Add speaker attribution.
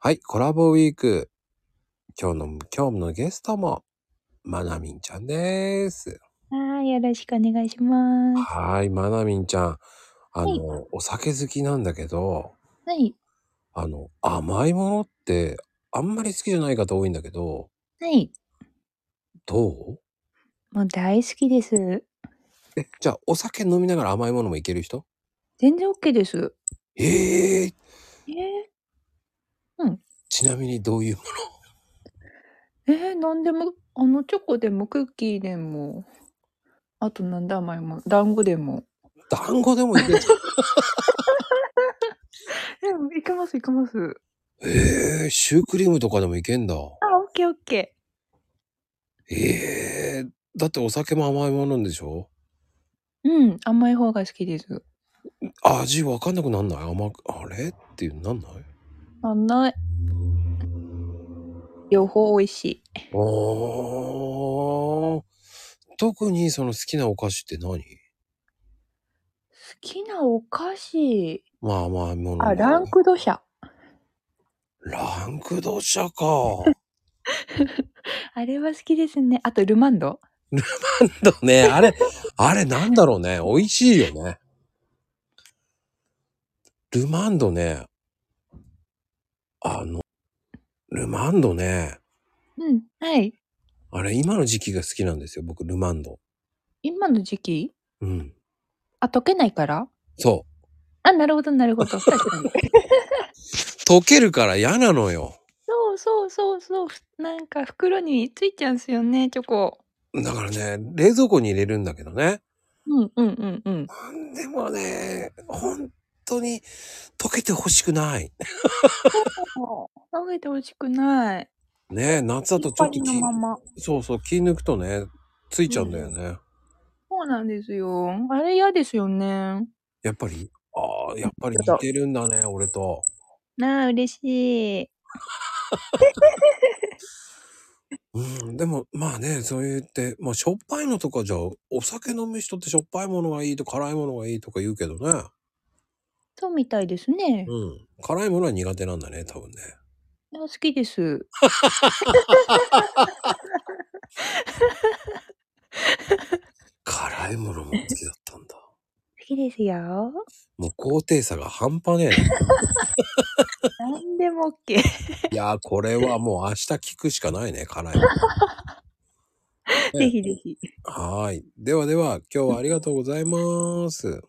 Speaker 1: はい、コラボウィーク。今日の、今日のゲストも、まなみんちゃんです。
Speaker 2: はい、よろしくお願いします。
Speaker 1: はーい、まなみんちゃん。あ
Speaker 2: はい
Speaker 1: の、お酒好きなんだけど、
Speaker 2: はい、
Speaker 1: あの、甘いものって、あんまり好きじゃない方多いんだけど、
Speaker 2: はい、
Speaker 1: どう
Speaker 2: もう大好きです。
Speaker 1: え、じゃあ、お酒飲みながら甘いものもいける人
Speaker 2: 全然 OK です。
Speaker 1: ええ
Speaker 2: えー、うん。
Speaker 1: ちなみにどういうも
Speaker 2: えー、なんでも、あの、チョコでもクッキーでも、あとなんだ甘いもん、団子でも。
Speaker 1: の団子でもいける
Speaker 2: え、うんいけます、いけます。
Speaker 1: ええシュークリームとかでもいけんだ。
Speaker 2: あ、OK、OK。
Speaker 1: ええだってお酒も甘いものなんでしょ
Speaker 2: うん、甘い方が好きです。
Speaker 1: 味わかんなくなんない甘くあれっていうなんない
Speaker 2: あんない。両方美味しい。
Speaker 1: あー特にその好きなお菓子って何
Speaker 2: 好きなお菓子。
Speaker 1: まあ甘いもの
Speaker 2: あ、ランクドシャ。
Speaker 1: ランクドシャか
Speaker 2: あれは好きですね。あと、ルマンド。
Speaker 1: だねあれあれなんだろうね美味しいよねルマンドねあのルマンドね
Speaker 2: うん、はい。
Speaker 1: あれ今の時期が好きなんですよ僕ルマンド
Speaker 2: 今の時期
Speaker 1: うん
Speaker 2: あ、溶けないから
Speaker 1: そう
Speaker 2: あ、なるほど、なるほど。確かに。
Speaker 1: 溶けるから嫌なのよ
Speaker 2: そうそうそうそう。ふなんか袋についちゃうんすよね、チョコ。
Speaker 1: だからね冷蔵庫に入れるんだけどね
Speaker 2: うんうんうんうん。
Speaker 1: でもね、本当に溶けてほしくない。
Speaker 2: そう投げてほしくない。
Speaker 1: ね夏だとちょっと
Speaker 2: 光
Speaker 1: 気、
Speaker 2: のまま。
Speaker 1: そうそう、気抜くとね、ついちゃうんだよね。
Speaker 2: そうなんですよ。あれ嫌ですよね。
Speaker 1: やっぱり、ああ、やっぱり
Speaker 2: ちょ
Speaker 1: 似
Speaker 2: っと
Speaker 1: てるんだね、俺と。
Speaker 2: なあ、嬉しい。
Speaker 1: うん、でも、まあね、そう言って、まあしょっぱいのとかじゃ、お酒飲む人ってしょっぱいものがいいと辛いものがいいとか言うけどね。
Speaker 2: そうみたいですね。
Speaker 1: うん。辛いものは苦手なんだね、多分ね。
Speaker 2: いや好きです。
Speaker 1: 辛いものも好きだったんだ。
Speaker 2: 好きですよ。
Speaker 1: もう高低差が半端ねえな。
Speaker 2: なんでも OK。
Speaker 1: いやー、これはもう明日聞くしかないね、辛いもの。ね
Speaker 2: ぜひぜひ。
Speaker 1: はーい。ではでは、今日はありがとうございます。
Speaker 2: わー。